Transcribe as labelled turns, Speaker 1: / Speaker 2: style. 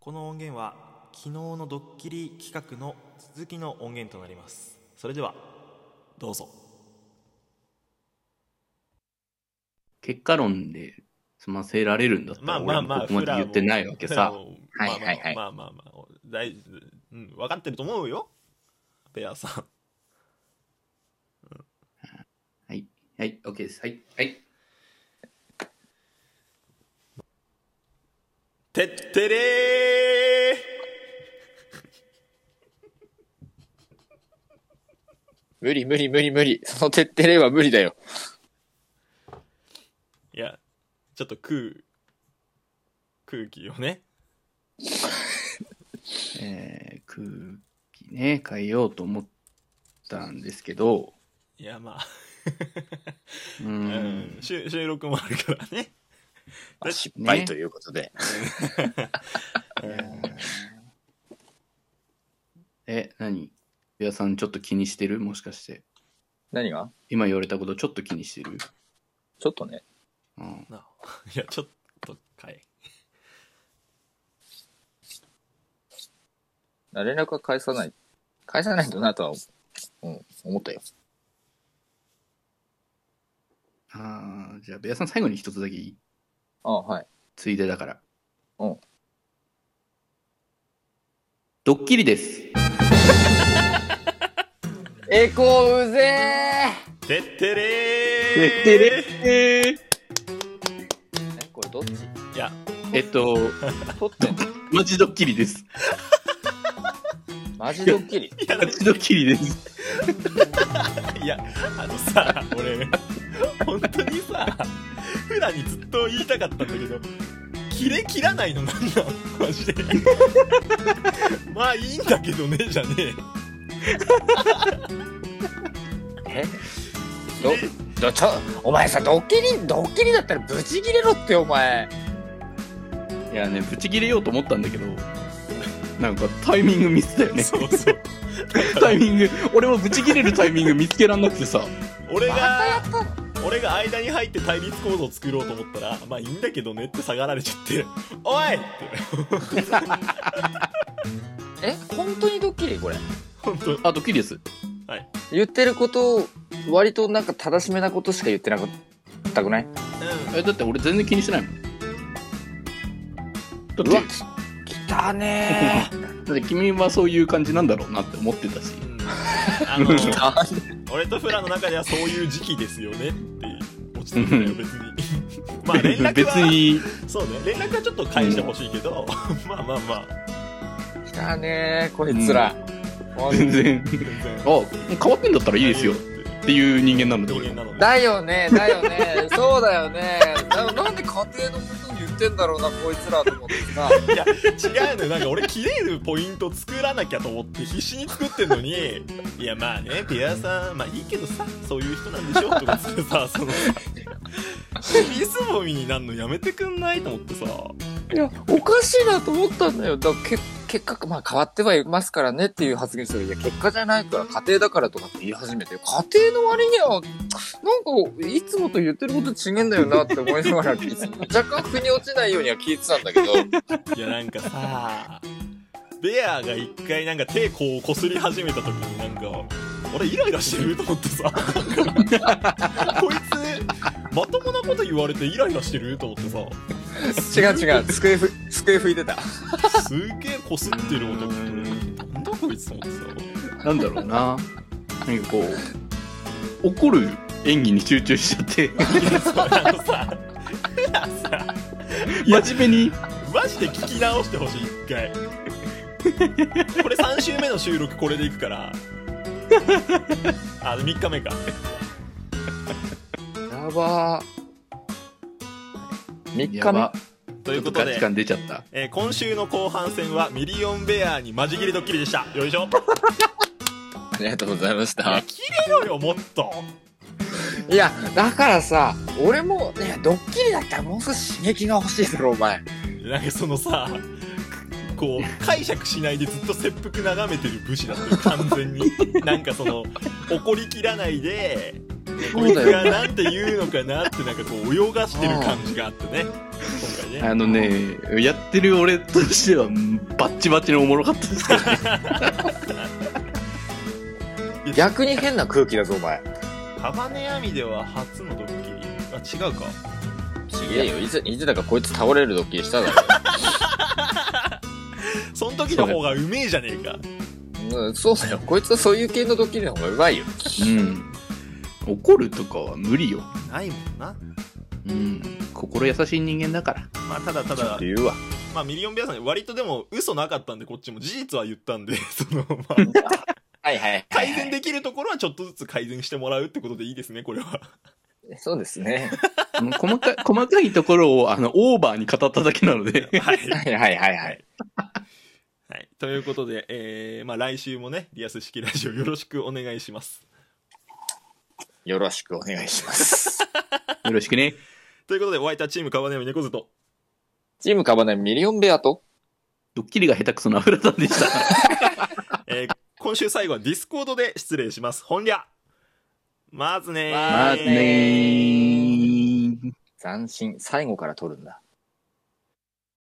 Speaker 1: この音源は昨日のドッキリ企画の続きの音源となりますそれではどうぞ
Speaker 2: 結果論で済ませられるんだった
Speaker 3: まあ
Speaker 2: ら
Speaker 3: ま
Speaker 2: 俺
Speaker 3: あま
Speaker 2: も
Speaker 3: あ、
Speaker 2: ここまで言ってないわ けさ、
Speaker 3: フラ
Speaker 2: はいはいはい
Speaker 3: まあまあまあまあまあ、大事、うん、分かってると思うよ。ペアさん。
Speaker 2: はいはいオッケーですはいはい
Speaker 3: てってれー
Speaker 4: 無理無理無理無理。その徹底例は無理だよ。
Speaker 3: いや、ちょっと空、空気をね。
Speaker 2: えー、空気ね変えようと思ったんですけど
Speaker 3: いや、まあ、
Speaker 2: うー
Speaker 3: うんん、 収収録もあるからね。
Speaker 4: まあ失敗ということで。
Speaker 2: え何ベアさんちょっと気にしてるもしかして
Speaker 4: 何が
Speaker 2: 今言われたことちょっと気にしてる、
Speaker 4: ちょっとね。
Speaker 2: うん、
Speaker 3: ないや、ちょっとかい。
Speaker 4: 連絡は返さない。返さないとなとは、うん、思ったよ。
Speaker 2: あーじゃあベアさん最後に一つだけいい
Speaker 4: ああはい。
Speaker 2: ついでだから
Speaker 4: うん
Speaker 2: ドッキリです
Speaker 4: エコーうぜ
Speaker 3: てってれー
Speaker 4: ーえ、これどっち
Speaker 3: いや、
Speaker 2: えっと
Speaker 4: 撮って んの
Speaker 2: マジドッキリです
Speaker 4: マジドッキリ。
Speaker 3: いや、
Speaker 2: マジドッキリです
Speaker 3: いや、あのさ、俺、本当にさ、普段にずっと言いたかったんだけど、キレ切らないのなんなんマジで。まあいいんだけどね、じゃねえ。
Speaker 4: えど、ど、ちょ、お前さ、ドッキリ、ドッキリだったらブチギレろって、お前。
Speaker 2: いやねぶち切れようと思ったんだけどなんかタイミングミスだよね
Speaker 3: そうそう。
Speaker 2: タイミング俺もぶち切れるタイミング見つけらんなくてさ
Speaker 3: 俺が、俺が間に入って対立構造を作ろうと思ったら、まあいいんだけどねって下がられちゃって、おいって、
Speaker 4: え、本当にドッキリこれ。
Speaker 3: 本当
Speaker 2: あドッキリです
Speaker 4: 言ってること、割となんか正しめなことしか言ってなかったくない
Speaker 2: えだって俺全然気にしてないもんだって
Speaker 4: うわ、き、きたね
Speaker 2: だって君はそういう感じなんだろうなって思ってたし
Speaker 3: うん。うんあの、
Speaker 4: ー。あ
Speaker 3: 俺とフラの中ではそういう時期ですよねって落ちてるんだよ別にまあ連絡は
Speaker 2: 別に
Speaker 3: そうね連絡はちょっと返してほしいけど、 まあまあまあ
Speaker 4: 来たねーこいつら、
Speaker 2: 全然
Speaker 3: 全然
Speaker 2: あ変わってんだったらいいですよっていう人間なので
Speaker 3: 人
Speaker 2: 俺
Speaker 3: 間な
Speaker 2: は
Speaker 3: ので
Speaker 4: だよねだよね そうだよねななんで家庭のことに言ってんだろうなこいつらと思ってさ
Speaker 3: 違うのよなんか俺切れるポイント作らなきゃと思って必死に作ってんのにいやまあねピアさんまあいいけどさそういう人なんでしょとかつってさその尻すぼみになるのやめてくんないと思ってさ
Speaker 4: いやおかしいなと思ったんだよだけ結果まあ変わってはいますからねっていう発言するいや結果じゃないから家庭だからとかって言い始めて家庭の割にはなんかいつもと言ってること違えんだよなって思いながら若干腑に落ちないようには聞いてたんだけど
Speaker 3: いやなんかさベアが一回なんか手こうこすり始めた時になんか俺イライラしてると思ってさこいつまともなこと言われてイライラしてると思ってさ
Speaker 4: 違う違う机ふ机拭いてた
Speaker 3: すげえこすってる男なんだこいつと思ってさ
Speaker 2: なんだろうななんかこう怒る演技に集中しちゃって
Speaker 3: いやそうあのさいやさ
Speaker 2: 真面目に
Speaker 3: マジで聞き直してほしい一回これ3週目の収録これでいくからあ3日目か
Speaker 4: やばー。3
Speaker 2: や
Speaker 4: 日目
Speaker 2: ば
Speaker 3: と
Speaker 2: ち
Speaker 3: い
Speaker 2: ょ
Speaker 3: う
Speaker 2: っ
Speaker 3: ことと
Speaker 2: ガ
Speaker 3: で
Speaker 2: チ感出ちゃった
Speaker 3: えー今週の後半戦はミリオンベアにマジギリドッキリでしたよいしょ
Speaker 4: ありがとうございまし
Speaker 3: いや。切れろよもっと
Speaker 4: いや、だからさ、俺も、いや、ドッキリだったらもう少し刺激が欲しいだろ、お前。
Speaker 3: なんかそのさこう解釈しないでずっと切腹眺めてる武士だったよ完全になんかその怒りきらないでこ
Speaker 4: そう
Speaker 3: いつ
Speaker 4: だよ
Speaker 3: がなんて言うのかなってなんかこう泳がしてる感じがあってね今回ね
Speaker 2: あのね、やってる俺としては、バッチバチにおもろかったですけどね。
Speaker 4: 逆に変な空気だぞ、お前。
Speaker 3: 束ね網では初のドッキリあ違うか
Speaker 4: ちげえよ。いつ、いつだかこいつ倒れるドッキリしただ
Speaker 3: その時の方がうめえじゃねえか
Speaker 4: ろ。 うん、そうだよ。こいつはそういう系のドッキリの方がうまいよ。
Speaker 2: うん。怒るとかは無理よ。
Speaker 3: ないもんな
Speaker 2: うん。心優しい人間だから。
Speaker 3: まあただただ
Speaker 4: 言うわ。
Speaker 3: まあミリオンベアさん割とでも嘘なかったんでこっちも事実は言ったんでそのまあ
Speaker 4: はいはいはい、
Speaker 3: 改善できるところはちょっとずつ改善してもらうってことでいいですねこれは
Speaker 4: そうです ね。
Speaker 2: うん細かい、細かいところを、あの、オーバーに語っただけな ので。
Speaker 3: はい、
Speaker 4: はいはいはいはい。
Speaker 3: はい、ということで、えーまあ、来週もねリアス式ラジオよろしくお願いします
Speaker 4: よろしくお願いします。
Speaker 2: よろしくね。
Speaker 3: ということでお相手はチームカバネミネコズと
Speaker 4: チームカバネミリオンベアと、
Speaker 2: ドッキリが下手くそなフラさんでした。
Speaker 3: えー今週最後はディスコードで失礼します。ほんりゃまずねー
Speaker 4: ま
Speaker 2: まあねー。
Speaker 4: 斬新、最後から取るんだ。